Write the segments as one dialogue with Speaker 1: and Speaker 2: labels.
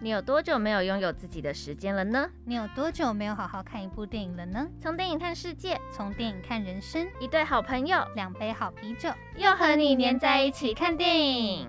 Speaker 1: 你有多久没有拥有自己的时间了呢？
Speaker 2: 你有多久没有好好看一部电影了呢？
Speaker 1: 从电影看世界，
Speaker 2: 从电影看人生，
Speaker 1: 一对好朋友
Speaker 2: 两杯好啤酒，
Speaker 1: 又和你黏在一起看电影。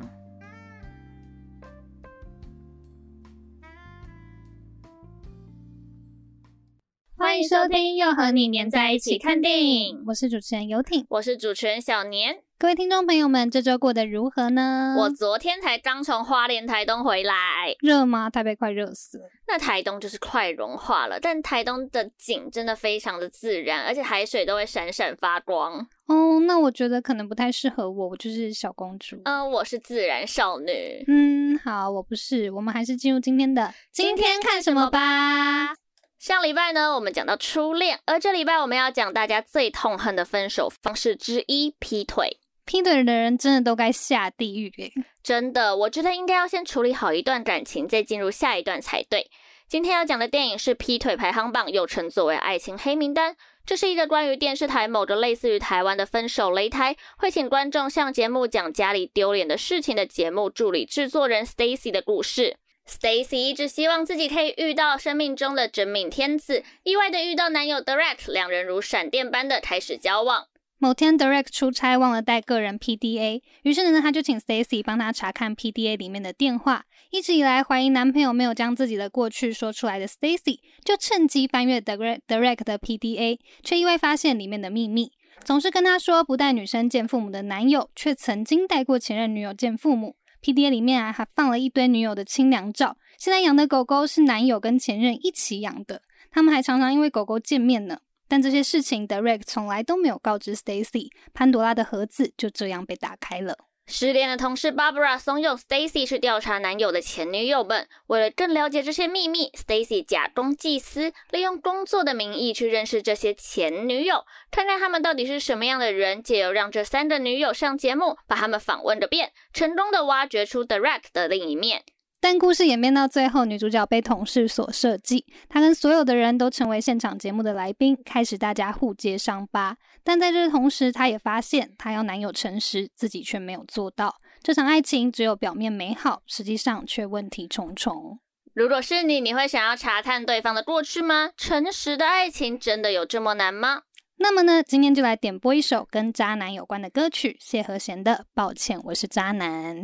Speaker 2: 欢迎收听《又和你黏在一起看电影》，我是主持人游艇。
Speaker 1: 我是主持人小年，
Speaker 2: 各位听众朋友们，这周过得如何呢？
Speaker 1: 我昨天才刚从花莲台东回来，
Speaker 2: 热吗？台北快热死了。
Speaker 1: 那台东就是快融化了，但台东的景真的非常的自然，而且海水都会闪闪发光。
Speaker 2: 哦，那我觉得可能不太适合我，我就是小公主。
Speaker 1: 嗯、我是自然少女。
Speaker 2: 嗯，好，我不是，我们还是进入今天的
Speaker 1: 今天看什么吧？上礼拜呢，我们讲到初恋，而这礼拜我们要讲大家最痛恨的分手方式之一——劈腿。
Speaker 2: 劈腿的人真的都该下地狱耶！
Speaker 1: 真的，我觉得应该要先处理好一段感情，再进入下一段才对。今天要讲的电影是《劈腿排行榜》，又称作为《爱情黑名单》。这是一个关于电视台某个类似于台湾的分手擂台，会请观众向节目讲家里丢脸的事情的节目助理制作人 Stacy 的故事。Stacy 一直希望自己可以遇到生命中的真命天子，意外的遇到男友 Direct，两人如闪电般的开始交往。
Speaker 2: 某天，Direct 出差忘了带个人 PDA，于是呢，他就请 Stacy 帮他查看 PDA 里面的电话。一直以来怀疑男朋友没有将自己的过去说出来的 Stacy，就趁机翻阅 Direct Direct 的 PDA，却意外发现里面的秘密。总是跟他说不带女生见父母的男友，却曾经带过前任女友见父母。PDA 里面啊还放了一堆女友的清凉照。现在养的狗狗是男友跟前任一起养的，他们还常常因为狗狗见面呢。但这些事情，Derek 从来都没有告知 Stacy。潘多拉的盒子就这样被打开了。
Speaker 1: 失恋的同事 Barbara 怂恿 Stacy 去调查男友的前女友们。为了更了解这些秘密，Stacy 假公济私，利用工作的名义去认识这些前女友，看看他们到底是什么样的人。借由让这三个女友上节目，把他们访问个遍，成功的挖掘出 Direct 的另一面。
Speaker 2: 但故事演变到最后，女主角被同事所设计，她跟所有的人都成为现场节目的来宾，开始大家互揭伤疤。但在这同时，她也发现她要男友诚实，自己却没有做到。这场爱情只有表面美好，实际上却问题重重。
Speaker 1: 如果是你，你会想要查探对方的过去吗？诚实的爱情真的有这么难吗？
Speaker 2: 那么呢，今天就来点播一首跟渣男有关的歌曲，谢和弦的《抱歉我是渣男》。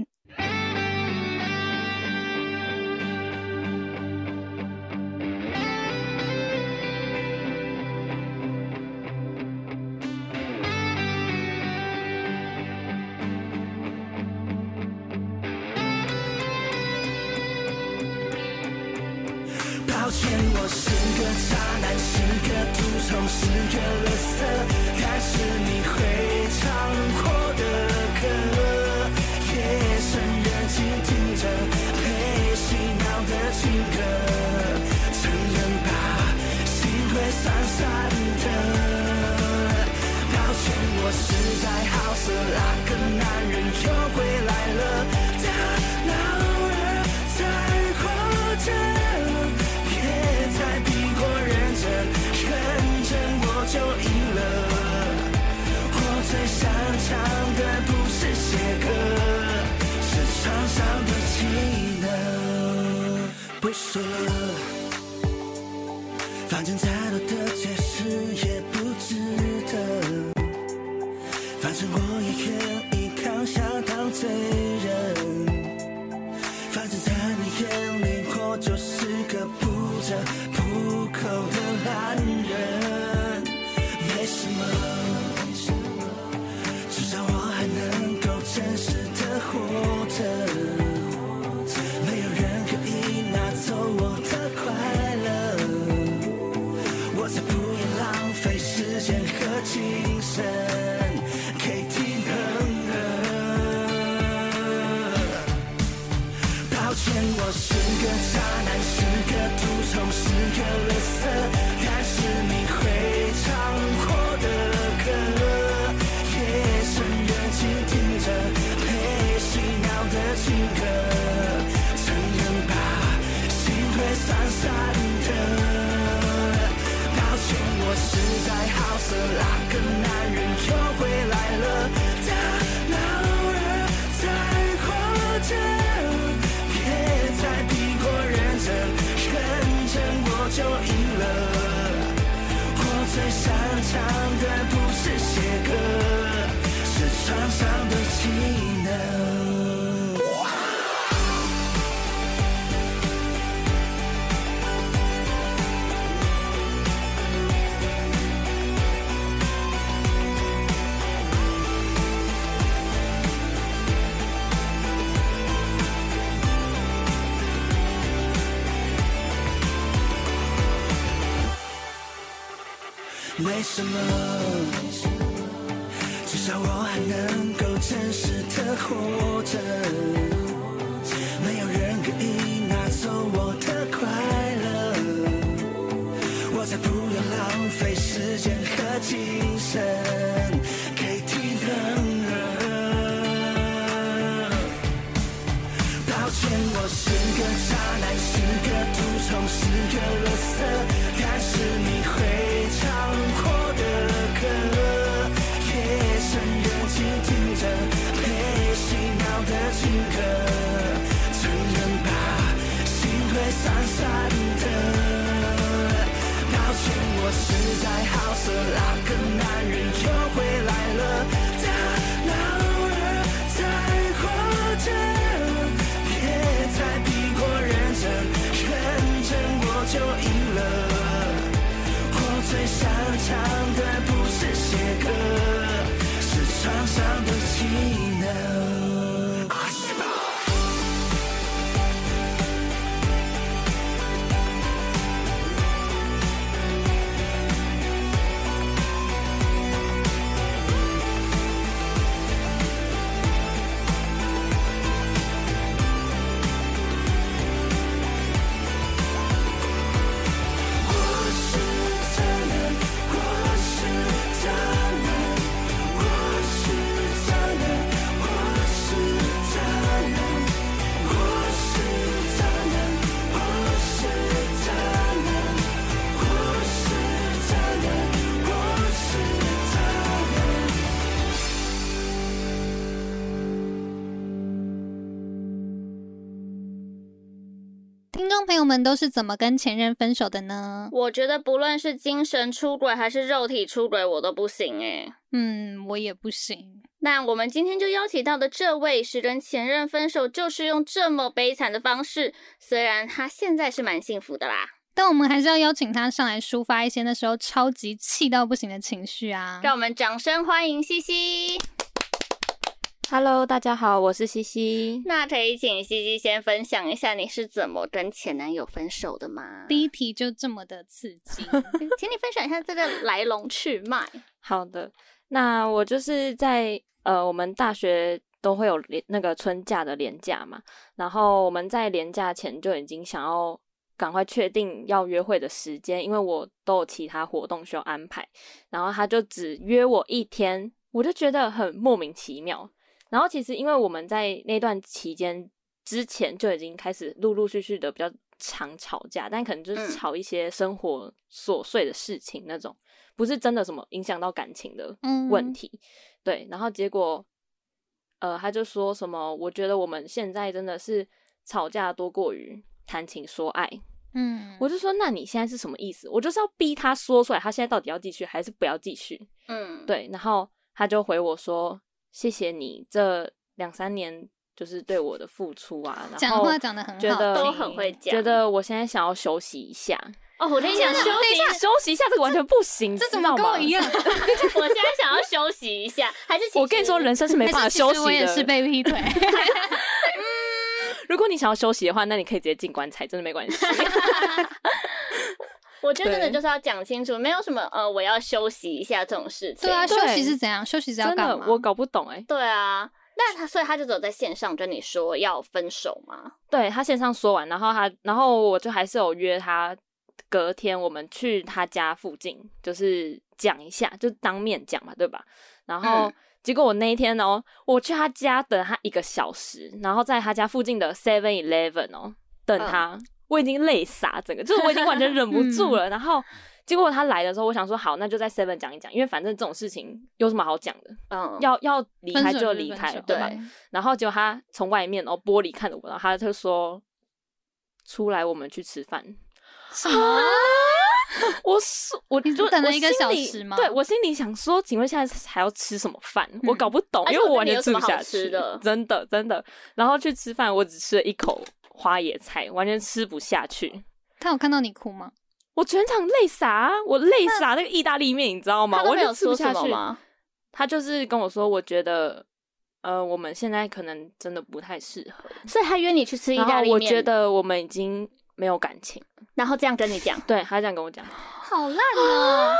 Speaker 3: 抱歉，我是个渣男，是个秃头，是个垃圾，但是你会唱我的歌。夜深人静，听着被洗脑的情歌，承认吧，心会酸酸的。抱歉，我实在好色，那个男人又回来了，他老了，才活着，也才比我认真，认真我就赢了。我最擅长的不是写歌，是床上的技能，不是。反正再多的解释也不值得，反正我也愿意扛下当罪人。反正在你眼里，我就是个不折不扣的烂人，没什么，至少我还能够真实的活着，没有人可以拿走我的快乐，我才不要浪费时间和精神。给平衡了。抱歉，我是个渣男，是个毒虫，是个垃圾，但是你会唱我的歌。夜深人静，听着被洗脑的情歌，闪闪的。抱歉，我实在好色，那个男人又回来了。他老了，才活着，也在帝国认真，认真我就赢了。我最擅长的不是写歌，是床上的技能。没什么，至少我还能够真实的活着，没有人可以拿走我的快乐，我才不要浪费时间和精神给体能。抱歉，我是个渣男，是个毒虫，是个垃圾，但是你会唱我的歌。夜深人静，听着被洗脑的情歌，承认吧，心会散散的。抱歉，我实在好色，那个男人又回来了，他老了，才活着，别再逼我认真，认真我就赢了。我最擅长的不是写歌，是床上的技能。啊是吧我是渣男，我是渣男，我是渣男，我是渣男，我是渣男，我是渣男，我是渣男，我是渣男。
Speaker 2: 听众朋友们都是怎么跟前任分手的呢？
Speaker 1: 我觉得不论是精神出轨还是肉体出轨，我都不行欸诶。
Speaker 2: 嗯，我也不行。
Speaker 1: 那我们今天就邀请到的这位是跟前任分手，就是用这么悲惨的方式。虽然他现在是蛮幸福的啦，
Speaker 2: 但我们还是要邀请他上来抒发一些那时候超级气到不行的情绪啊！
Speaker 1: 让我们掌声欢迎西西。
Speaker 4: Hello，大家好，我是西西。
Speaker 1: 那可以请西西先分享一下你是怎么跟前男友分手的吗？
Speaker 2: 第一题就这么的刺 激，
Speaker 1: 请你分享一下这个来龙去脉。
Speaker 4: 好的，那我就是在呃，我们大学都会有连那个春假的连假嘛，然后我们在连假前就已经想要赶快确定要约会的时间，因为我都有其他活动需要安排，然后他就只约我一天，我就觉得很莫名其妙。然后其实因为我们在那段期间之前就已经开始陆陆续续的比较常吵架，但可能就
Speaker 1: 嗯
Speaker 4: 是吵一些生活琐碎的事情那种，不是真的什么影响到感情的
Speaker 2: 嗯
Speaker 4: 问题。对，然后结果，呃，他就说什么，我觉得我们现在真的是吵架多过于谈情说爱。
Speaker 2: 嗯，
Speaker 4: 我就说，那你现在是什么意思？我就是要逼他说出来，他现在到底要继续还是不要继续？
Speaker 1: 嗯，
Speaker 4: 对，然后他就回我说：“谢谢你这两三年就是对我的付出啊，然
Speaker 2: 讲
Speaker 4: 后
Speaker 2: 话讲得很好
Speaker 4: 觉得
Speaker 1: 都很会讲
Speaker 4: 觉得我现在想要休息 一下，
Speaker 1: 哦，我跟你讲，休息一下，
Speaker 4: 休息一下，这个完全不行，
Speaker 2: 这
Speaker 4: 知
Speaker 2: 怎
Speaker 4: 道
Speaker 2: 么跟我
Speaker 4: 吗
Speaker 2: 一样？？
Speaker 1: 我现在想要休息一 下，还是其实
Speaker 4: 我跟你说，人生是没
Speaker 2: 还是
Speaker 4: 办法
Speaker 2: 其
Speaker 4: 休
Speaker 2: 实
Speaker 4: 息
Speaker 2: 我也是
Speaker 4: 的。
Speaker 2: 被 劈腿。
Speaker 4: 如果你想要休息的话，那你可以直接进棺材，真的没关 系。
Speaker 1: 我觉得真的
Speaker 4: 对
Speaker 1: 就是要讲清楚，没有什么呃，我要休息一下这种事情。
Speaker 2: 对啊，休
Speaker 4: 对
Speaker 2: 息是怎样？休息是要
Speaker 4: 真的
Speaker 2: 干嘛？，
Speaker 4: 我搞不懂哎、
Speaker 1: 对啊，那他所以他就只有在线上跟你说要分手吗？
Speaker 4: 对他线上说完，然后他，然后我就还是有约他，隔天我们去他家附近，就是讲一下，就当面讲嘛，对吧？然后、
Speaker 1: 嗯
Speaker 4: 结果我那一天哦，我去他家等他一个小时，然后在他家附近的 Seven Eleven 哦等他，我已经泪洒，整个就是我已经完全忍不住了。然后结果他来的时候，我想说好，那就在 Seven 讲一讲，因为反正这种事情有什么好讲的？
Speaker 1: 嗯，
Speaker 4: 要要离
Speaker 2: 分
Speaker 4: 开
Speaker 2: 手
Speaker 4: 就
Speaker 2: 就
Speaker 4: 离
Speaker 2: 分
Speaker 4: 开，
Speaker 2: 手
Speaker 4: 对
Speaker 1: 对
Speaker 4: 吧？然后结果他从外面哦玻璃看着我，然后他就说：“出来，我们去吃饭。”
Speaker 2: 什么？
Speaker 4: 我是我
Speaker 2: 你
Speaker 4: 就
Speaker 2: 等了
Speaker 4: 我
Speaker 2: 一个
Speaker 4: 心
Speaker 2: 小
Speaker 4: 里
Speaker 2: 时吗
Speaker 4: 对我心里想说，请问现在还要吃什么饭？我
Speaker 2: 嗯
Speaker 4: 搞不懂，
Speaker 1: 而
Speaker 4: 因
Speaker 1: 且
Speaker 4: 为
Speaker 1: 我
Speaker 4: 完
Speaker 1: 觉得有什
Speaker 4: 全吃不
Speaker 1: 么
Speaker 4: 下
Speaker 1: 好
Speaker 4: 去
Speaker 1: 吃的
Speaker 4: 真的真的。然后去吃饭，我只吃了一口花椰菜，完全吃不下去。
Speaker 2: 他有看到你哭吗？
Speaker 4: 我全场泪洒，我泪洒那个意大利面，你知道吗？
Speaker 1: 他都
Speaker 4: 我
Speaker 1: 没
Speaker 4: 就
Speaker 1: 有
Speaker 4: 吃
Speaker 1: 说
Speaker 4: 不
Speaker 1: 什
Speaker 4: 下
Speaker 1: 么
Speaker 4: 去。
Speaker 1: 吗？
Speaker 4: 他就是跟我说，我觉得，呃，我们现在可能真的不太适合。
Speaker 1: 所以他约你去吃意
Speaker 4: 然
Speaker 1: 大
Speaker 4: 后
Speaker 1: 利面，
Speaker 4: 我觉，得我们已经没有感情。
Speaker 1: 然后这样跟你 讲，
Speaker 4: 对他这样跟我讲，
Speaker 2: 好烂哦！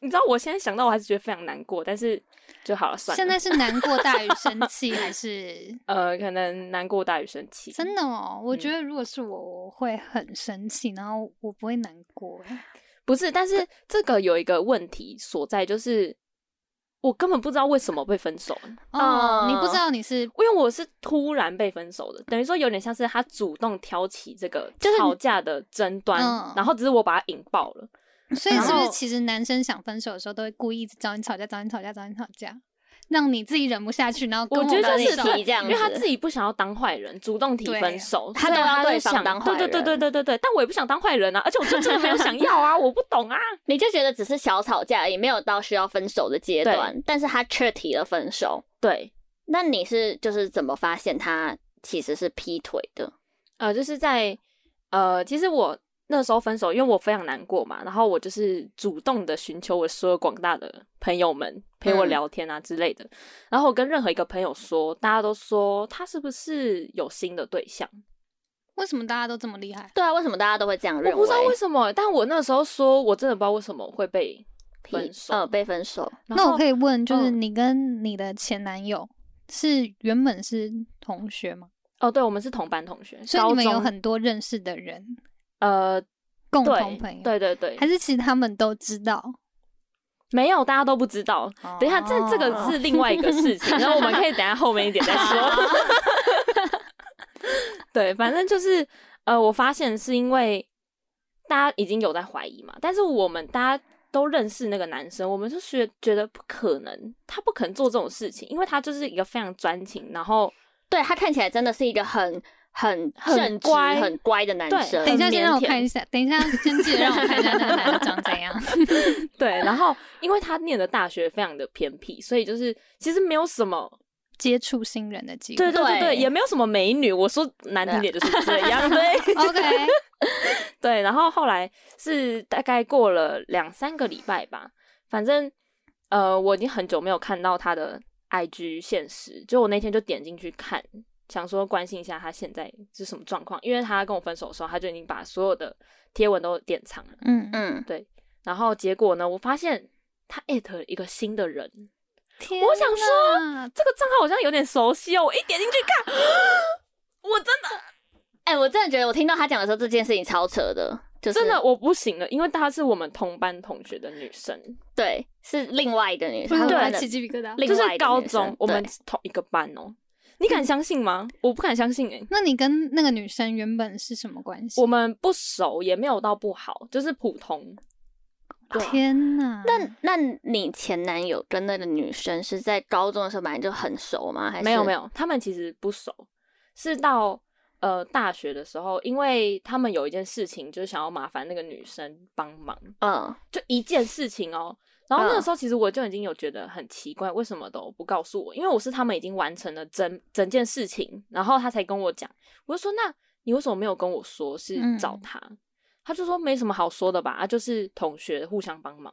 Speaker 4: 你知道我现在想到我还是觉得非常难过，但是就好了，算了。
Speaker 2: 现在是难过大于生 气，还是
Speaker 4: 呃，可能难过大于生气，
Speaker 2: 真的哦？
Speaker 4: 嗯
Speaker 2: 我觉得如果是我，我会很生气，然后我不会难过。哎
Speaker 4: 不是。但是这个有一个问题所在，就是我根本不知道为什么被分手，
Speaker 2: 哦，你不知
Speaker 1: 嗯
Speaker 2: 道你是
Speaker 4: 因为我是突然被分手的，等于说有点像是他主动挑起这个
Speaker 1: 就是
Speaker 4: 吵架的争端，
Speaker 2: 嗯
Speaker 4: 然后只是我把他引爆了。
Speaker 2: 所以是不
Speaker 4: 然
Speaker 2: 是
Speaker 4: 后
Speaker 2: 其实男生想分手的时候都会故意一直找你吵架，找你吵架，找你吵架，让你自己忍不下去，然后跟
Speaker 4: 我觉得
Speaker 1: 跟
Speaker 4: 就
Speaker 1: 你
Speaker 4: 是
Speaker 1: 提
Speaker 2: 分
Speaker 4: 对
Speaker 2: 手
Speaker 1: 这样
Speaker 4: 因为他
Speaker 1: 子啊
Speaker 4: 自己不想要当坏人，主动提
Speaker 2: 对
Speaker 4: 分手，
Speaker 1: 他
Speaker 4: 所以
Speaker 1: 都要
Speaker 4: 他
Speaker 1: 对
Speaker 4: 就
Speaker 1: 方
Speaker 4: 想
Speaker 1: 当坏
Speaker 4: 对对对对
Speaker 1: 人
Speaker 4: 对对对，但我也不想当坏人啊，而且我就真的没有想要啊，我不 懂啊。
Speaker 1: 你就觉得只是小吵架而已，也没有到需要分手的阶
Speaker 4: 对
Speaker 1: 段，但是他却提了分手。
Speaker 4: 对，
Speaker 1: 那你是就是怎么发现他其实是劈腿的？
Speaker 4: 呃，就是在呃，其实我那时候分手，因为我非常难过嘛，然后我就是主动的寻求我所有广大的朋友们陪我
Speaker 1: 嗯
Speaker 4: 聊天啊之类的。然后我跟任何一个朋友说，大家都说他是不是有新的对象？
Speaker 2: 为什么大家都这么厉害？
Speaker 1: 对啊，为什么大家都会这样
Speaker 4: 我
Speaker 1: 认为？
Speaker 4: 不知道为什么，但我那时候说，我真的不知道为什么会被
Speaker 1: 劈
Speaker 4: 分手。
Speaker 1: 呃，被分手。
Speaker 4: 然
Speaker 2: 那我
Speaker 4: 后
Speaker 2: 可以问，就是
Speaker 4: 嗯
Speaker 2: 你跟你的前男友是原本是同学吗？
Speaker 4: 哦，对，我们是同班同学，
Speaker 2: 所以你们
Speaker 4: 高
Speaker 2: 有
Speaker 4: 中
Speaker 2: 很多认识的人，
Speaker 4: 呃，
Speaker 2: 共同
Speaker 4: 对
Speaker 2: 朋友，
Speaker 4: 对对对，
Speaker 2: 还是其实他们都知道？
Speaker 4: 没有，大家都不知道。等一下，这这个
Speaker 2: 哦
Speaker 4: 是另外一个事 情，然后我们可以等一下后面一点再 说。对，反正就是呃，我发现是因为大家已经有在怀疑嘛，但是我们大家都认识那个男生，我们就觉觉得不可能，他不可能做这种事情，因为他就是一个非常专情，然后
Speaker 1: 对他看起来真的是一个很很
Speaker 4: 很
Speaker 1: 正直、
Speaker 4: 乖
Speaker 1: 很乖的男
Speaker 4: 对
Speaker 1: 生。
Speaker 2: 等一下，
Speaker 4: 很
Speaker 2: 先让我
Speaker 4: 腼腆
Speaker 2: 看一下。等一下，先记得让我看一下那个男的长怎 样。
Speaker 4: 对，然后因为他念的大学非常的偏僻，所以就是其实没有什么
Speaker 2: 接触新人的机会。
Speaker 4: 对对对
Speaker 1: 对
Speaker 4: 对，也没有什么美女。我说难听点就是这 样，对
Speaker 2: OK，
Speaker 4: 对。然后后来是大概过了两三个礼拜吧，反正呃，我已经很久没有看到他的 IG 现实，就我那天就点进去看，想说关心一下他现在是什么状况，因为他跟我分手的时候，他就已经把所有的贴文都典藏了。
Speaker 2: 嗯 嗯，
Speaker 1: 嗯，
Speaker 4: 然后结果呢，我发现他艾特了一个新的人，
Speaker 2: 天
Speaker 4: 我想说
Speaker 2: 哪，
Speaker 4: 这个账号好像有点熟悉哦，我一点进去看， 我真的。
Speaker 1: 哎、我真的觉得我听到他讲的时候，这件事情超扯的，就是
Speaker 4: 真的我不行了，因为她是我们同班同学的女生，
Speaker 1: 对，是另外的女
Speaker 2: 不
Speaker 1: 生，
Speaker 2: 然
Speaker 1: 他
Speaker 2: 我
Speaker 1: 们
Speaker 2: 要
Speaker 1: 真的
Speaker 2: 起鸡皮疙瘩。
Speaker 1: 另
Speaker 4: 就
Speaker 1: 外
Speaker 4: 是
Speaker 1: 的
Speaker 4: 高
Speaker 1: 女
Speaker 4: 中
Speaker 1: 生
Speaker 4: 我们
Speaker 1: 对嗯
Speaker 4: 同一个班哦。你敢相信吗？我不敢相信哎、
Speaker 2: 那你跟那个女生原本是什么关系？
Speaker 4: 我们不熟，也没有到不好，就是普通。
Speaker 1: 哦
Speaker 4: 对啊
Speaker 2: 天哪！
Speaker 1: 那那你前男友跟那个女生是在高中的时候本来就很熟吗？还是
Speaker 4: 没有没
Speaker 1: 有？
Speaker 4: 有，他们其实不熟，是到呃大学的时候，因为他们有一件事情，就是想要麻烦那个女生帮忙，
Speaker 1: 嗯，
Speaker 4: 就一件事情哦。然后那个
Speaker 1: 嗯
Speaker 4: 时候，其实我就已经有觉得很奇怪，为什么都不告诉我？因为我是他们已经完成了整整件事情，然后他才跟我讲。我就说：“那你为什么没有跟我说是
Speaker 2: 嗯
Speaker 4: 找他？”他就说：“没什么好说的吧，啊，就是同学互相帮忙。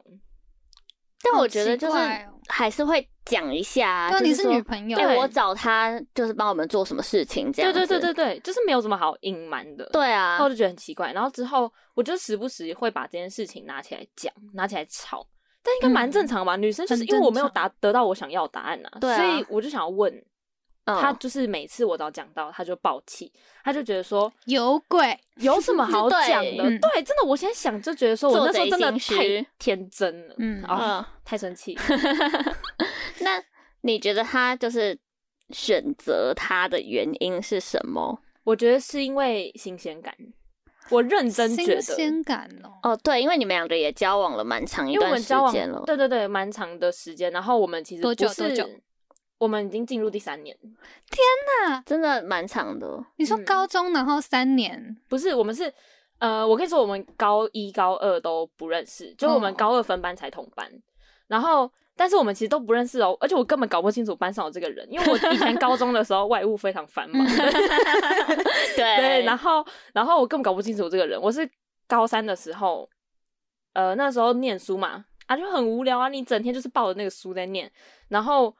Speaker 1: 但
Speaker 2: 好
Speaker 1: 我觉得
Speaker 2: 奇
Speaker 1: 就是
Speaker 2: 怪哦
Speaker 1: 还是会讲一下啊，
Speaker 2: 对啊，
Speaker 1: 就
Speaker 2: 你是
Speaker 1: 说
Speaker 2: 女朋友，
Speaker 1: 哎、
Speaker 4: 对
Speaker 1: 我找他就是帮我们做什么事情”这
Speaker 4: 对
Speaker 1: 样
Speaker 4: 对
Speaker 1: 子，
Speaker 4: 对对哦对，就是没有什么好隐瞒的。
Speaker 1: 对
Speaker 4: 然后我
Speaker 1: 啊，
Speaker 4: 就觉得很奇怪。然后之后，我就时不时会把这件事情拿起来讲，拿起来吵。但应该蛮正常吧？女生就是
Speaker 2: 很
Speaker 4: 因为我
Speaker 2: 正
Speaker 4: 没有
Speaker 2: 常
Speaker 4: 答得到我想要的答案啊，
Speaker 1: 对啊
Speaker 4: 所以我就想要问他
Speaker 1: 嗯，
Speaker 4: 就是每次我只要讲到，他就爆气，他就觉 得说
Speaker 2: 有鬼，
Speaker 4: 有什么好讲的？
Speaker 1: 对
Speaker 2: 嗯
Speaker 4: 对，真的，我现在想就觉得说我那时候真
Speaker 1: 做
Speaker 4: 的
Speaker 1: 贼心虚
Speaker 4: 太天真了，
Speaker 2: 嗯
Speaker 4: 啊，
Speaker 1: 嗯，
Speaker 4: 太生气 了。
Speaker 1: 那你觉得他就是选择他的原因是什么？
Speaker 4: 我我觉得是因为新鲜感，我认真觉
Speaker 2: 新
Speaker 4: 得，
Speaker 2: 鲜感哦。
Speaker 1: 哦，对，因为你们两个也交往了蛮长一
Speaker 4: 因为我
Speaker 1: 段
Speaker 4: 们
Speaker 1: 时
Speaker 4: 交往
Speaker 1: 间了，
Speaker 4: 对对对，蛮长的时间。然后我们其实
Speaker 2: 多久
Speaker 4: 不是
Speaker 2: 多久
Speaker 4: 我们已经进入第三年，
Speaker 1: 真的蛮长的。
Speaker 2: 你说
Speaker 4: 嗯
Speaker 2: 高中然后三年，
Speaker 4: 不是我们是呃，我跟你说，我们高一、高二都不认识，就我们
Speaker 2: 哦
Speaker 4: 高二分班才同班。然后，但是我们其实都不认识哦，而且我根本搞不清楚班上有这个人，因为我以前高中的时候外务非常繁忙，
Speaker 1: 对，
Speaker 4: 对，然后然后我根本搞不清楚这个人。我是高三的时候，呃，那时候念书嘛，啊，就很无聊啊，你整天就是抱着那个书在念。然后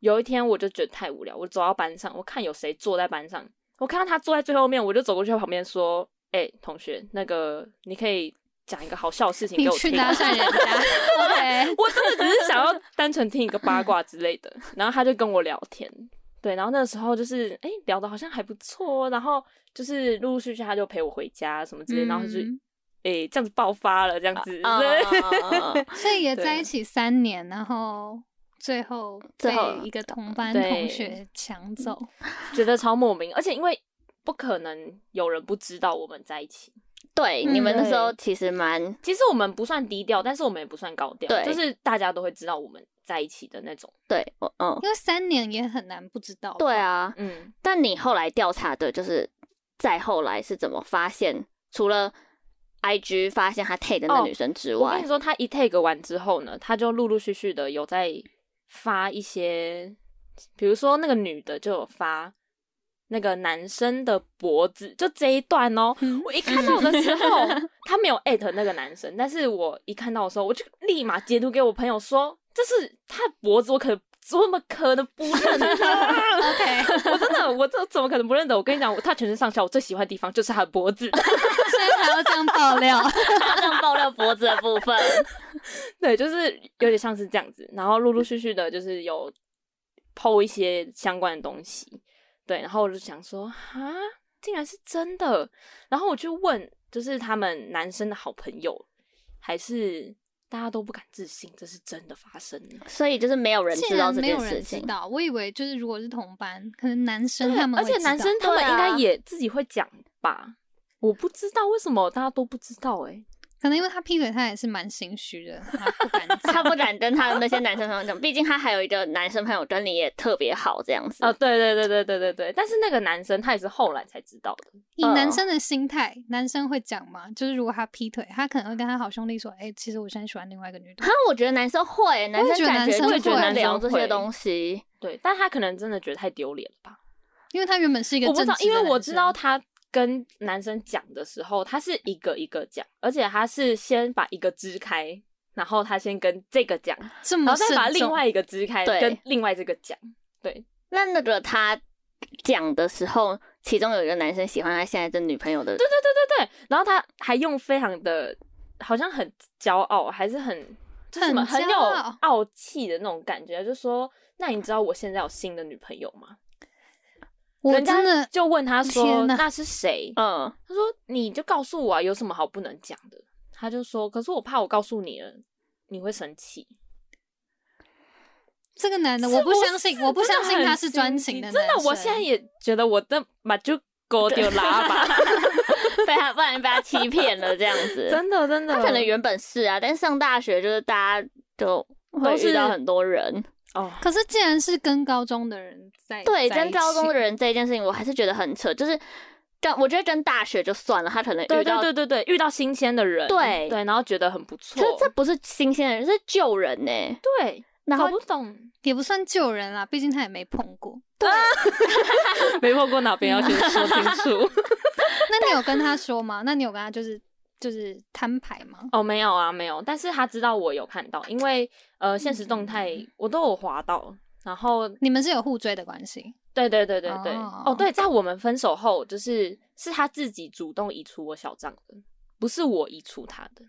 Speaker 4: 有一天我就觉得太无聊，我走到班上，我看有谁坐在班上，我看到他坐在最后面，我就走过去他旁边说：“哎、同学，那个你可以讲一个好笑的事情
Speaker 2: 你
Speaker 4: 给我
Speaker 2: 去
Speaker 4: 听。”啊
Speaker 2: 搭讪人啊 家，OK，
Speaker 4: 我真的只是想要单纯听一个八卦之类的。然后他就跟我聊天，对，然后那时候就是哎、诶聊的好像还不错，哦然后就是陆陆续续他就陪我回家啊什么之类，然后就
Speaker 2: 嗯
Speaker 4: 哎、诶这样子爆发了，这样子，
Speaker 1: 啊
Speaker 4: 对
Speaker 2: 嗯所以也
Speaker 4: 对
Speaker 2: 在一起三年，然后最后
Speaker 1: 最后
Speaker 2: 被一个同班
Speaker 4: 对嗯
Speaker 2: 同学抢走，
Speaker 4: 觉得超莫名，而且因为不可能有人不知道我们在一起。
Speaker 1: 对，
Speaker 2: 嗯
Speaker 1: 你们那时候
Speaker 4: 对
Speaker 1: 其实蛮
Speaker 4: 其实我们不算低调，但是我们也不算高调，
Speaker 1: 对
Speaker 4: 就是大家都会知道我们在一起的那种。
Speaker 1: 对，我嗯，
Speaker 2: 因为三年也很难不知道。
Speaker 1: 对，啊。
Speaker 4: 嗯，
Speaker 1: 但你后来调查的，就是再后来是怎么发现，除了 I G 发现他 take 的那
Speaker 4: 哦
Speaker 1: 女生之
Speaker 4: 我
Speaker 1: 外
Speaker 4: 跟你，说，他一 take 完之后呢，他就陆陆续续的有在发一些，比如说那个女的就有发那个男生的脖子，就这一段哦。
Speaker 2: 嗯
Speaker 4: 我一看到的时候，他没有艾特那个男生，但是我一看到的时候，我就立马截图给我朋友说，这是他的脖子，我可怎么可能不认得？
Speaker 2: ，OK，
Speaker 4: 我真的，我这怎么可能不认得？我跟你讲，我他全身上下我最喜欢的地方就是他的脖子。
Speaker 2: 所以才要这样爆料。
Speaker 1: 他这样爆料脖子的部分，
Speaker 4: 对，就是有点像是这样子，然后陆陆续续的，就是有剖一些相关的东西，对，然后我就想说，哈，竟然是真的，然后我去问，就是他们男生的好朋友，还是大家都不敢置信，这是真的发生了。
Speaker 1: 所以就是没有人
Speaker 2: 竟
Speaker 1: 知道
Speaker 2: 然
Speaker 1: 这
Speaker 2: 没
Speaker 1: 件
Speaker 2: 有人
Speaker 1: 事
Speaker 2: 知
Speaker 1: 情。
Speaker 2: 道，我以为就是如果是同班，可能男生
Speaker 4: 对
Speaker 2: 他们
Speaker 4: 而
Speaker 2: 会
Speaker 4: 且
Speaker 2: 知
Speaker 4: 男
Speaker 2: 道
Speaker 4: 生他们
Speaker 1: 对
Speaker 4: 应该
Speaker 1: 啊
Speaker 4: 也自己会讲吧，我不知道为什么大家都不知道、欸，
Speaker 2: 可能因为他劈腿，他也是蛮心虚的，他不 敢
Speaker 1: 他
Speaker 2: 讲。
Speaker 1: 不敢跟他的那些男生朋友讲，毕竟他还有一个男生朋友跟你也特别好这样子。
Speaker 4: 啊，对对对对对对对，但是那个男生他也是后来才知道的，
Speaker 2: 以男生的心态，男生会讲吗？就是如果他劈腿，他可能会跟他好兄弟说：“哎、其实我现在喜欢另外一个女的
Speaker 1: 哈。，我觉得男生会，男
Speaker 2: 觉
Speaker 1: 生
Speaker 2: 得
Speaker 1: 感
Speaker 2: 男
Speaker 1: 觉
Speaker 2: 生
Speaker 1: 就
Speaker 2: 会
Speaker 1: 是聊这
Speaker 4: 男
Speaker 1: 些
Speaker 4: 生会
Speaker 1: 东西。
Speaker 4: 对，但他可能真的觉得太丢脸了吧。”
Speaker 2: 因为他原本是一个
Speaker 4: 我不
Speaker 2: 正
Speaker 4: 知道，
Speaker 2: 直
Speaker 4: 因
Speaker 2: 的
Speaker 4: 为我
Speaker 2: 男
Speaker 4: 知
Speaker 2: 生
Speaker 4: 道他跟男生讲的时候，他是一个一个讲，而且他是先把一个支开，然后他先跟这个讲，
Speaker 2: 这
Speaker 4: 然
Speaker 2: 么
Speaker 4: 后再
Speaker 2: 慎
Speaker 4: 把
Speaker 2: 重，
Speaker 4: 另外一个支开，
Speaker 1: 对
Speaker 4: 跟另外这个讲。
Speaker 1: 那那个他讲的时候，其中有一个男生喜欢他现在的女朋友 的，
Speaker 4: 对对对对对，然后他还用非常的，好像很骄傲，还是很。就是什么
Speaker 2: 很骄
Speaker 4: 很有
Speaker 2: 傲
Speaker 4: 傲气的那种感觉，就说：“那你知道我现在有新的女朋友吗？”
Speaker 2: 我
Speaker 4: 人家
Speaker 2: 真的
Speaker 4: 就问他说
Speaker 2: 天：“哪
Speaker 4: 那是谁？”
Speaker 1: 嗯，
Speaker 4: 他说：“你就告诉我啊，有什么好不能讲的？”他就说：“可是我怕我告诉你了，你会生气。
Speaker 2: 这个男的，
Speaker 4: 是
Speaker 2: 我不
Speaker 4: 是
Speaker 2: 相信，我不
Speaker 4: 真
Speaker 2: 相
Speaker 4: 的
Speaker 2: 信
Speaker 4: 很
Speaker 2: 他是专
Speaker 4: 心
Speaker 2: 情的
Speaker 4: 机
Speaker 2: 男
Speaker 4: 真
Speaker 2: 生。
Speaker 4: 的，我现在也觉得我的马 就狗丢拉吧，
Speaker 1: 被他不然被他欺骗了这样 子。
Speaker 4: 真的真的，
Speaker 1: 他可能原本是啊，但上大学就是大家就会
Speaker 4: 都是
Speaker 1: 遇到很多人。
Speaker 4: 哦，
Speaker 2: 可是既然是跟高中的人在
Speaker 1: 对，
Speaker 2: 在一
Speaker 1: 跟高中
Speaker 2: 起
Speaker 1: 的人这件事情，我还是觉得很扯。就是跟我觉得跟大学就算了，他可能遇到
Speaker 4: 对对对对对，遇到新鲜的人，
Speaker 1: 对
Speaker 4: 对，然后觉得很不错，
Speaker 1: 这这不是新鲜人，是旧人呢、
Speaker 4: 对，
Speaker 1: 然
Speaker 4: 搞
Speaker 1: 后
Speaker 4: 不懂，
Speaker 2: 也不算救人啦，毕竟他也没碰过。
Speaker 4: 没碰过哪边要先说清 楚。
Speaker 2: 那你有跟他说吗？那你有跟他就是就是摊牌吗？
Speaker 4: 哦，没有啊，没有，但是他知道我有看到，因为呃，现实动态我都有滑到，然后
Speaker 2: 你们是有互追的关系，
Speaker 4: 对对对对对，
Speaker 2: 哦
Speaker 4: 哦对，在我们分手后，就是是他自己主动移除我小账的，不是我移除他的。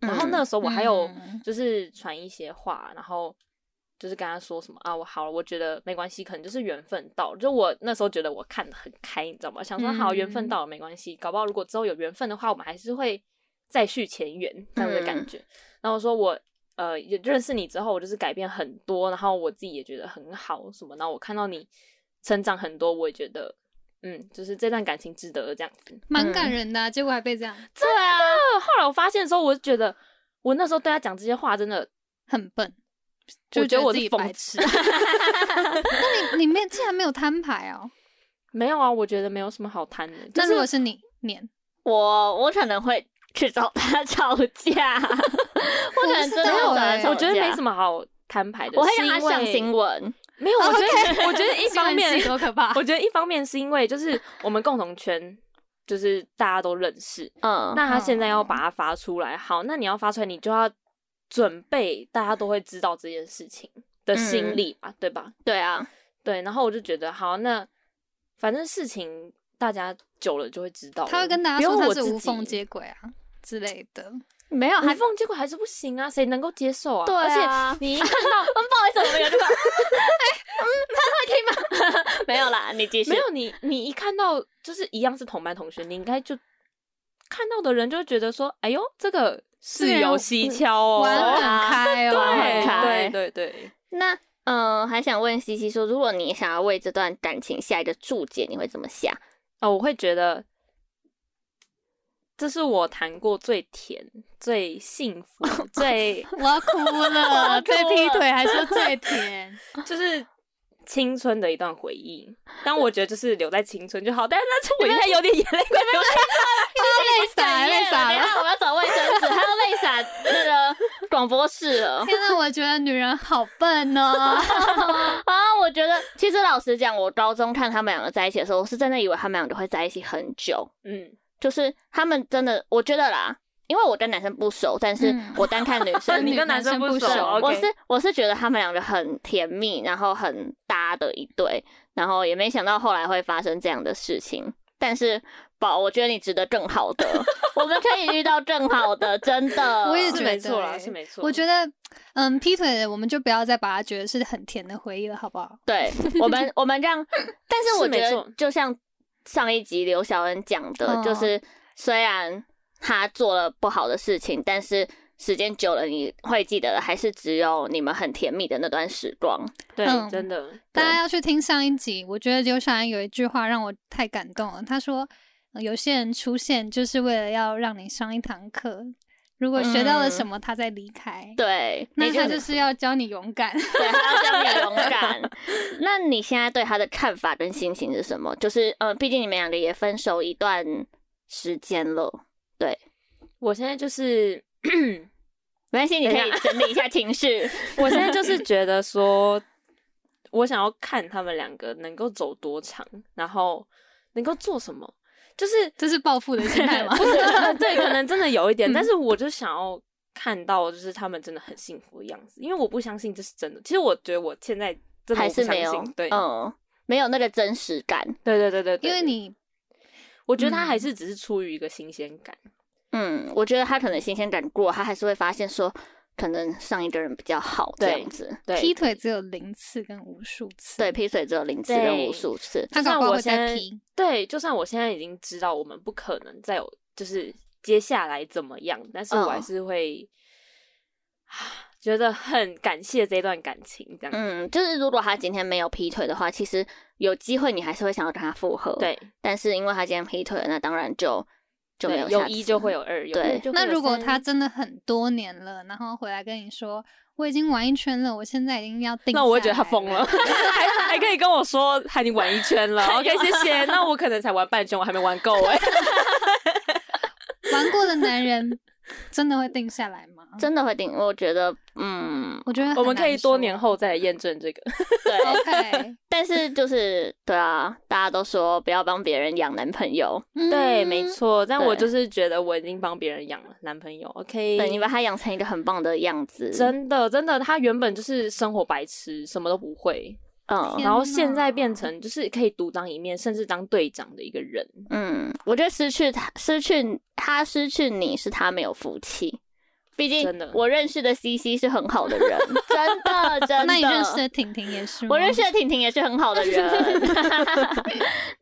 Speaker 4: 然后
Speaker 1: 嗯
Speaker 4: 那个时候我还有
Speaker 2: 嗯
Speaker 4: 就是传一些话，然后就是跟他说什么啊，我好了，我觉得没关系，可能就是缘分到了。就我那时候觉得我看得很开，你知道吗？想说好，缘分
Speaker 2: 嗯
Speaker 4: 到了没关系，搞不好如果之后有缘分的话，我们还是会再续前缘这样的感
Speaker 1: 嗯
Speaker 4: 觉。然后我说我呃也认识你之后，我就是改变很多，然后我自己也觉得很好什么。然后我看到你成长很多，我也觉得嗯，就是这段感情值得这样子。
Speaker 2: 蛮感人的啊、结果还被这样，
Speaker 4: 对啊，后来我发现的时候，我就觉得我那时候对他讲这些话真的，
Speaker 2: 很笨，
Speaker 4: 我
Speaker 2: 就
Speaker 4: 觉得我
Speaker 2: 自
Speaker 4: 是
Speaker 2: 己
Speaker 4: 疯
Speaker 2: 白痴。 那你你没竟然没有摊牌哦？
Speaker 4: 没有啊，我觉得没有什么好谈的。就
Speaker 2: 那
Speaker 4: 是
Speaker 2: 如果是你年，
Speaker 1: 我我可能会去找他吵 架，我可能真的会找他吵架。
Speaker 4: 我觉得没什么好摊牌的，
Speaker 1: 我会
Speaker 4: 是
Speaker 1: 让他
Speaker 4: 因为
Speaker 1: 上新闻。
Speaker 4: 没有，我觉得我觉得一方面
Speaker 2: 新闻系多可怕
Speaker 4: 我觉得一方面是因为就是我们共同圈就是大家都认识，
Speaker 1: 嗯，
Speaker 4: 那他现在要把它发出来，好，那你要发出来，你就要准备大家都会知道这件事情的
Speaker 2: 嗯
Speaker 4: 心理吧，对吧？
Speaker 1: 对啊，
Speaker 4: 对，然后我就觉得好，那反正事情大家久了就会知道了，
Speaker 2: 他会跟大家
Speaker 4: 不
Speaker 2: 说
Speaker 4: 用
Speaker 2: 他
Speaker 4: 我
Speaker 2: 是
Speaker 4: 自
Speaker 2: 无缝
Speaker 4: 己
Speaker 2: 接轨啊之类的。
Speaker 1: 没有
Speaker 4: 无缝接轨还是不行啊，谁能够接受啊？
Speaker 1: 啊对啊
Speaker 4: 而且你一看到
Speaker 1: 不好意思，我们有 这个，哎，嗯，他会听吗？ 没有啦，你继续。
Speaker 4: 没有你，你一看到就是一样是同班同学，你应该就看到的人就会觉得说，哎呦，这个
Speaker 2: 这个
Speaker 4: 是
Speaker 2: 人
Speaker 4: 有蹊跷哦，
Speaker 2: 玩
Speaker 1: 对啊
Speaker 2: 很开哦，
Speaker 1: 玩
Speaker 4: 对
Speaker 1: 很开
Speaker 4: 对对对，
Speaker 1: 那嗯、呃还想问西西说，如果你想要为这段感情下一个注解，你会怎么下？
Speaker 4: 哦，我会觉得这是我谈过最甜、最幸福、最
Speaker 2: 我要哭了，被劈腿还 说最甜，
Speaker 4: 就是。青春的一段回忆，但我觉得就是留在青春就好。但是那我现在有点眼泪快流下来
Speaker 2: 累傻累傻
Speaker 1: 等一
Speaker 2: 了。
Speaker 1: 哎下我要找卫生纸，他要泪洒那 个广播室了。
Speaker 2: 天哪，我觉得女人好笨 哦。
Speaker 1: 啊，我觉得其实老实讲，我高中看他们两个在一起的时候，我是真的以为他们两个会在一起很久，
Speaker 4: 嗯，
Speaker 1: 就是他们真的，我觉得啦，因为我跟男生不熟，但是
Speaker 2: 嗯
Speaker 1: 我单看女 生，
Speaker 4: 你跟男生不
Speaker 2: 男生不
Speaker 4: 熟
Speaker 1: 对，
Speaker 2: 熟
Speaker 4: ，OK，
Speaker 1: 我是我是觉得他们两个很甜蜜，然后很搭的一对，然后也没想到后来会发生这样的事情。但是宝，我觉得你值得更好的，我们可以遇到更好的，真的。
Speaker 2: 我也
Speaker 4: 是
Speaker 2: 觉
Speaker 4: 没
Speaker 2: 得
Speaker 4: 错啦，
Speaker 2: 欸
Speaker 4: 是没错。
Speaker 2: 我觉得，嗯，劈腿的我们就不要再把它觉得是很甜的回忆了，好不好？
Speaker 1: 对我 们，我们让，但是
Speaker 4: 是
Speaker 1: 我觉
Speaker 4: 没
Speaker 1: 得
Speaker 4: 错，
Speaker 1: 就像上一集刘晓恩讲的，就
Speaker 2: 嗯
Speaker 1: 是虽然他做了不好的事情，但是时间久了，你会记得的还是只有你们很甜蜜的那段时光。
Speaker 4: 对，
Speaker 2: 嗯
Speaker 4: 真的，
Speaker 2: 大家要去听上一集，我觉得刘小安有一句话让我太感动了。他说：“呃有些人出现就是为了要让你上一堂课，如果学到了
Speaker 4: 嗯
Speaker 2: 什么，他再离开。
Speaker 1: 对，
Speaker 2: 那
Speaker 1: 你
Speaker 2: 他就是要教你勇 敢。
Speaker 1: 对，他要教你勇敢。那你现在对他的看法跟心情是什么？就是，嗯，毕竟你们两个也分手一段时间了，
Speaker 4: 我现在就是，
Speaker 1: 没关系，你可以整理一下情 绪。
Speaker 4: 我现在就是觉得说，我想要看他们两个能够走多长，然后能够做什么，就是
Speaker 2: 这是报复的心态吗？嗯
Speaker 4: 不是呃对，可能真的有一点，但是我就想要看到，就是他们真的很幸福的样子，因为我不相信这是真的。其实我觉得我现在真的
Speaker 1: 还
Speaker 4: 我不
Speaker 1: 是
Speaker 4: 相
Speaker 1: 没有
Speaker 4: 信，，对，
Speaker 1: 嗯，没有那个真实感，
Speaker 4: 对对对对 对，
Speaker 2: 因为你
Speaker 4: 我觉得他
Speaker 2: 嗯
Speaker 4: 还是只是出于一个新鲜感，
Speaker 1: 嗯，我觉得他可能新鲜感过，他还是会发现说，可能上一个人比较好这
Speaker 4: 对
Speaker 1: 样子。
Speaker 4: 对，
Speaker 2: 劈腿只有零次跟无数次，
Speaker 1: 对，，劈腿只有零次
Speaker 4: 对
Speaker 1: 跟无数次，
Speaker 2: 他搞
Speaker 4: 就算
Speaker 2: 不好
Speaker 4: 我
Speaker 2: 会再
Speaker 4: 现在
Speaker 2: 劈。
Speaker 4: 对，就算我现在已经知道我们不可能再有，就是接下来怎么样，但是我还
Speaker 1: 嗯
Speaker 4: 是会、 啊觉得很感谢这段感情，这样、
Speaker 1: 嗯，就是如果他今天没有劈腿的话，其实有机会你还是会想要跟他复合。，
Speaker 4: 对
Speaker 1: 但是因为他今天劈腿了，那当然就就没
Speaker 4: 对，
Speaker 1: 有
Speaker 4: 有
Speaker 1: 下
Speaker 4: 一
Speaker 1: 次
Speaker 4: 就会有二，有
Speaker 1: 对
Speaker 4: 二就会
Speaker 2: 那
Speaker 4: 有
Speaker 2: 如果
Speaker 4: 三
Speaker 2: 他真的很多年了，然后回来跟你说我已经玩一圈了，我现在已经要定，
Speaker 4: 那我会觉得他疯了，。 还还可以跟我说喊你玩一圈 了，OK，谢
Speaker 1: 啊
Speaker 4: 谢。那我可能才玩半圈，我还没玩够哎、
Speaker 2: 玩过的男 人真的会定下来吗？
Speaker 1: 真的会顶，我觉得，嗯，
Speaker 2: 我觉得很
Speaker 4: 我们可以
Speaker 2: 难
Speaker 4: 多
Speaker 2: 说
Speaker 4: 年后再来验证这个。
Speaker 1: 对。
Speaker 2: OK，
Speaker 1: 但是就是对啊，大家都说不要帮别人养男朋友，
Speaker 4: 对，
Speaker 2: 嗯
Speaker 4: 没错。但我
Speaker 1: 对
Speaker 4: 就是觉得我已经帮别人养了男朋友，OK，
Speaker 1: 对你把他养成一个很棒的样子，
Speaker 4: 真的，真的，他原本就是生活白痴，什么都不会，
Speaker 1: 嗯
Speaker 2: 天
Speaker 4: 然后现在
Speaker 2: 哪
Speaker 4: 变成就是可以独当一面，甚至当队长的一个人。
Speaker 1: 嗯，我觉得失去他，失去他，失去你是他没有福气。毕竟
Speaker 4: 真的
Speaker 1: 我认识的 CC 是很好的 人，真的真的。
Speaker 2: 那你认 识的婷婷也是吗？
Speaker 1: 我认识的婷婷也是很好的 人。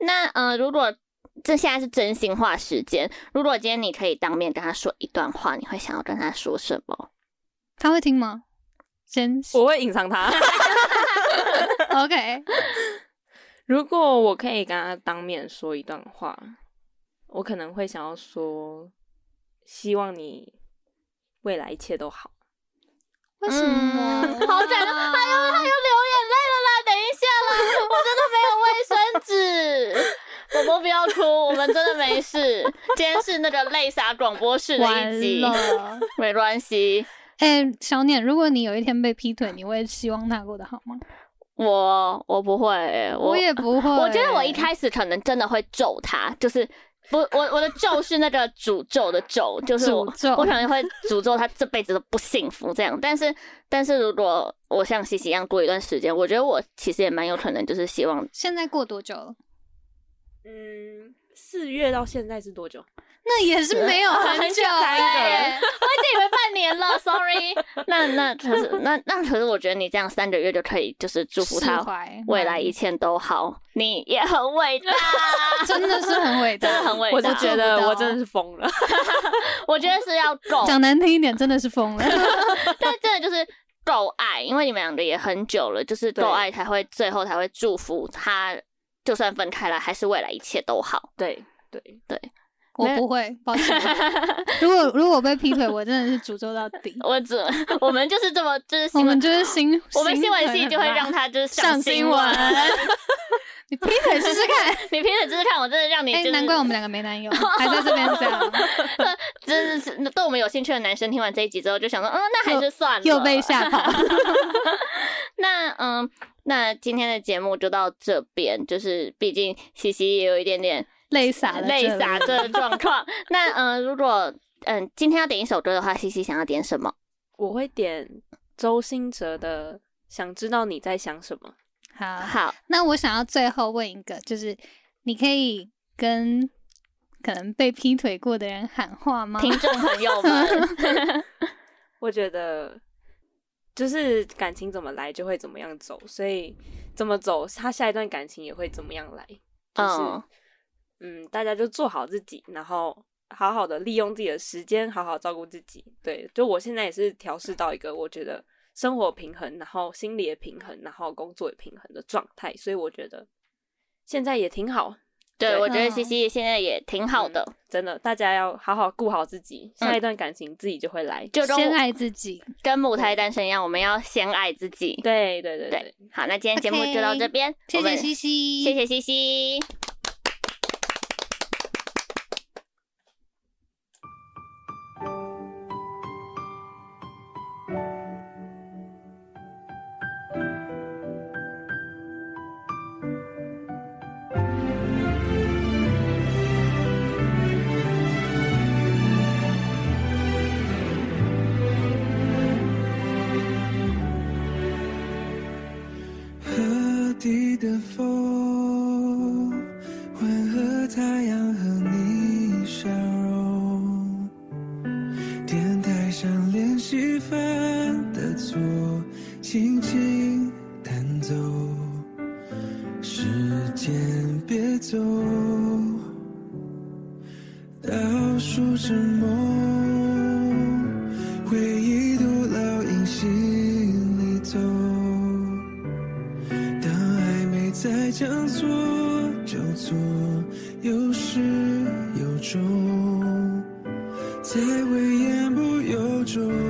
Speaker 1: 那呃，如果这现在是真心话时间，如果今天你可以当面跟他说一段话，你会想要跟他说什么？
Speaker 2: 他会听吗？先
Speaker 4: 我会隐藏他，
Speaker 2: OK，
Speaker 4: 如果我可以跟他当面说一段话，我可能会想要说，希望你未来一切都好。
Speaker 2: 为什么？
Speaker 1: 嗯 好感动，哎呦，他又流眼泪了啦！等一下啦，我真的没有卫生纸。宝宝不要哭， 我们真的没事。今天是那个泪洒广播室的一
Speaker 2: 完
Speaker 1: 集，
Speaker 2: 了。
Speaker 1: 没关系。
Speaker 2: 哎、小念，如果你有一天被劈腿，你会希望他过得好吗？
Speaker 1: 我我不会欸、我
Speaker 2: 也不会。
Speaker 1: 我觉得我一开始可能真的会咒他，就是不，我我的咒是那个诅咒的咒，就是我
Speaker 2: 诅咒
Speaker 1: 我可能会诅咒他这辈子都不幸福这样。但是但是如果我像西西一样过一段时间，我觉得我其实也蛮有可能就是希望
Speaker 2: 现在过多久了？
Speaker 5: 嗯，四月到现在是多久？
Speaker 2: 那也是没 有很久
Speaker 4: 才
Speaker 2: 哎、
Speaker 1: 我已经以为半年了，sorry 那。那可是那那可是我觉得你这样三个月就可以就是祝福
Speaker 2: 释
Speaker 1: 他
Speaker 2: 怀
Speaker 1: 未来一切都好，你也很伟大，
Speaker 2: 真的是很伟大，
Speaker 1: 真的很伟大
Speaker 4: 我是觉
Speaker 2: 做
Speaker 4: 得
Speaker 5: 啊
Speaker 2: 不到
Speaker 4: 我真的是疯 了，
Speaker 1: 我觉得是要够。
Speaker 2: 讲难听一点，真的 是疯了。
Speaker 1: 但真的就是够爱，因为你们两个也很久了，就是够
Speaker 4: 对
Speaker 1: 爱才会最后才会祝福他，就算分开了，还是未来一切都好。。
Speaker 4: 对对，
Speaker 2: 我不会，抱歉。如果如果被劈腿，我真的是诅咒到底
Speaker 1: 我 只我们就是这么就是
Speaker 2: 我
Speaker 1: 新
Speaker 2: 们
Speaker 1: 闻，
Speaker 2: 就是新，
Speaker 1: 我们新闻系
Speaker 2: 很
Speaker 1: 就会
Speaker 2: 辣
Speaker 1: 让他 就是
Speaker 2: 上
Speaker 1: 新
Speaker 2: 新闻。你劈腿试试看，
Speaker 1: 你平时只是看我，真的让你
Speaker 2: 哎、
Speaker 1: 就是
Speaker 2: 难怪我们两个没 男友，还在这边这样，
Speaker 1: 真的是对我们有兴趣的男生听完这一集之后，就想说，嗯，那还是算了。
Speaker 2: 又被吓跑。
Speaker 1: 那嗯，那今天的节目就到这边，就是毕竟西西也有一点点
Speaker 2: 泪洒了，
Speaker 1: 泪洒。的状况。 那嗯，如果嗯今天要点一首歌的话，西西想要点什么？
Speaker 4: 我会点周兴哲的《想知道你在想什么》。
Speaker 2: 好，
Speaker 1: 好，
Speaker 2: 那我想要最后问一个，就是你可以跟可能被劈腿过的人喊话吗？
Speaker 1: 听众朋友们，
Speaker 4: 我觉得就是感情怎么来就会怎么样走，所以怎么走，他下一段感情也会怎么样来。就是、
Speaker 1: 嗯
Speaker 4: 嗯，大家就做好自己，然后好好的利用自己的时间，好好照顾自己。对，就我现在也是调试到一个我觉得生活平衡，然后心理也平衡，然后工作也平衡的状态，所以我觉得现在也挺好。
Speaker 1: 对
Speaker 4: 对
Speaker 1: 我觉得
Speaker 2: 嗯
Speaker 1: 西西现在也挺好的
Speaker 4: 嗯，真的，大家要好好顾好自己，
Speaker 1: 嗯
Speaker 4: 下一段感情自己就会来。
Speaker 1: 就跟
Speaker 2: 先
Speaker 1: 我
Speaker 2: 爱自己。
Speaker 1: 跟母胎单身一样，我们要先爱自己。
Speaker 4: 对对对
Speaker 1: 对，好，那今天节目
Speaker 2: OK，
Speaker 1: 就到这边，
Speaker 2: 谢
Speaker 1: 我们
Speaker 2: 谢西西，
Speaker 1: 谢。谢西西。
Speaker 3: 河堤的风，混合太阳和你笑容。电台上练习犯的错，轻轻弹奏。时间别走，倒数着梦，回忆都烙印心里头。当暧昧再将错就错，有始有终，才会言不由衷。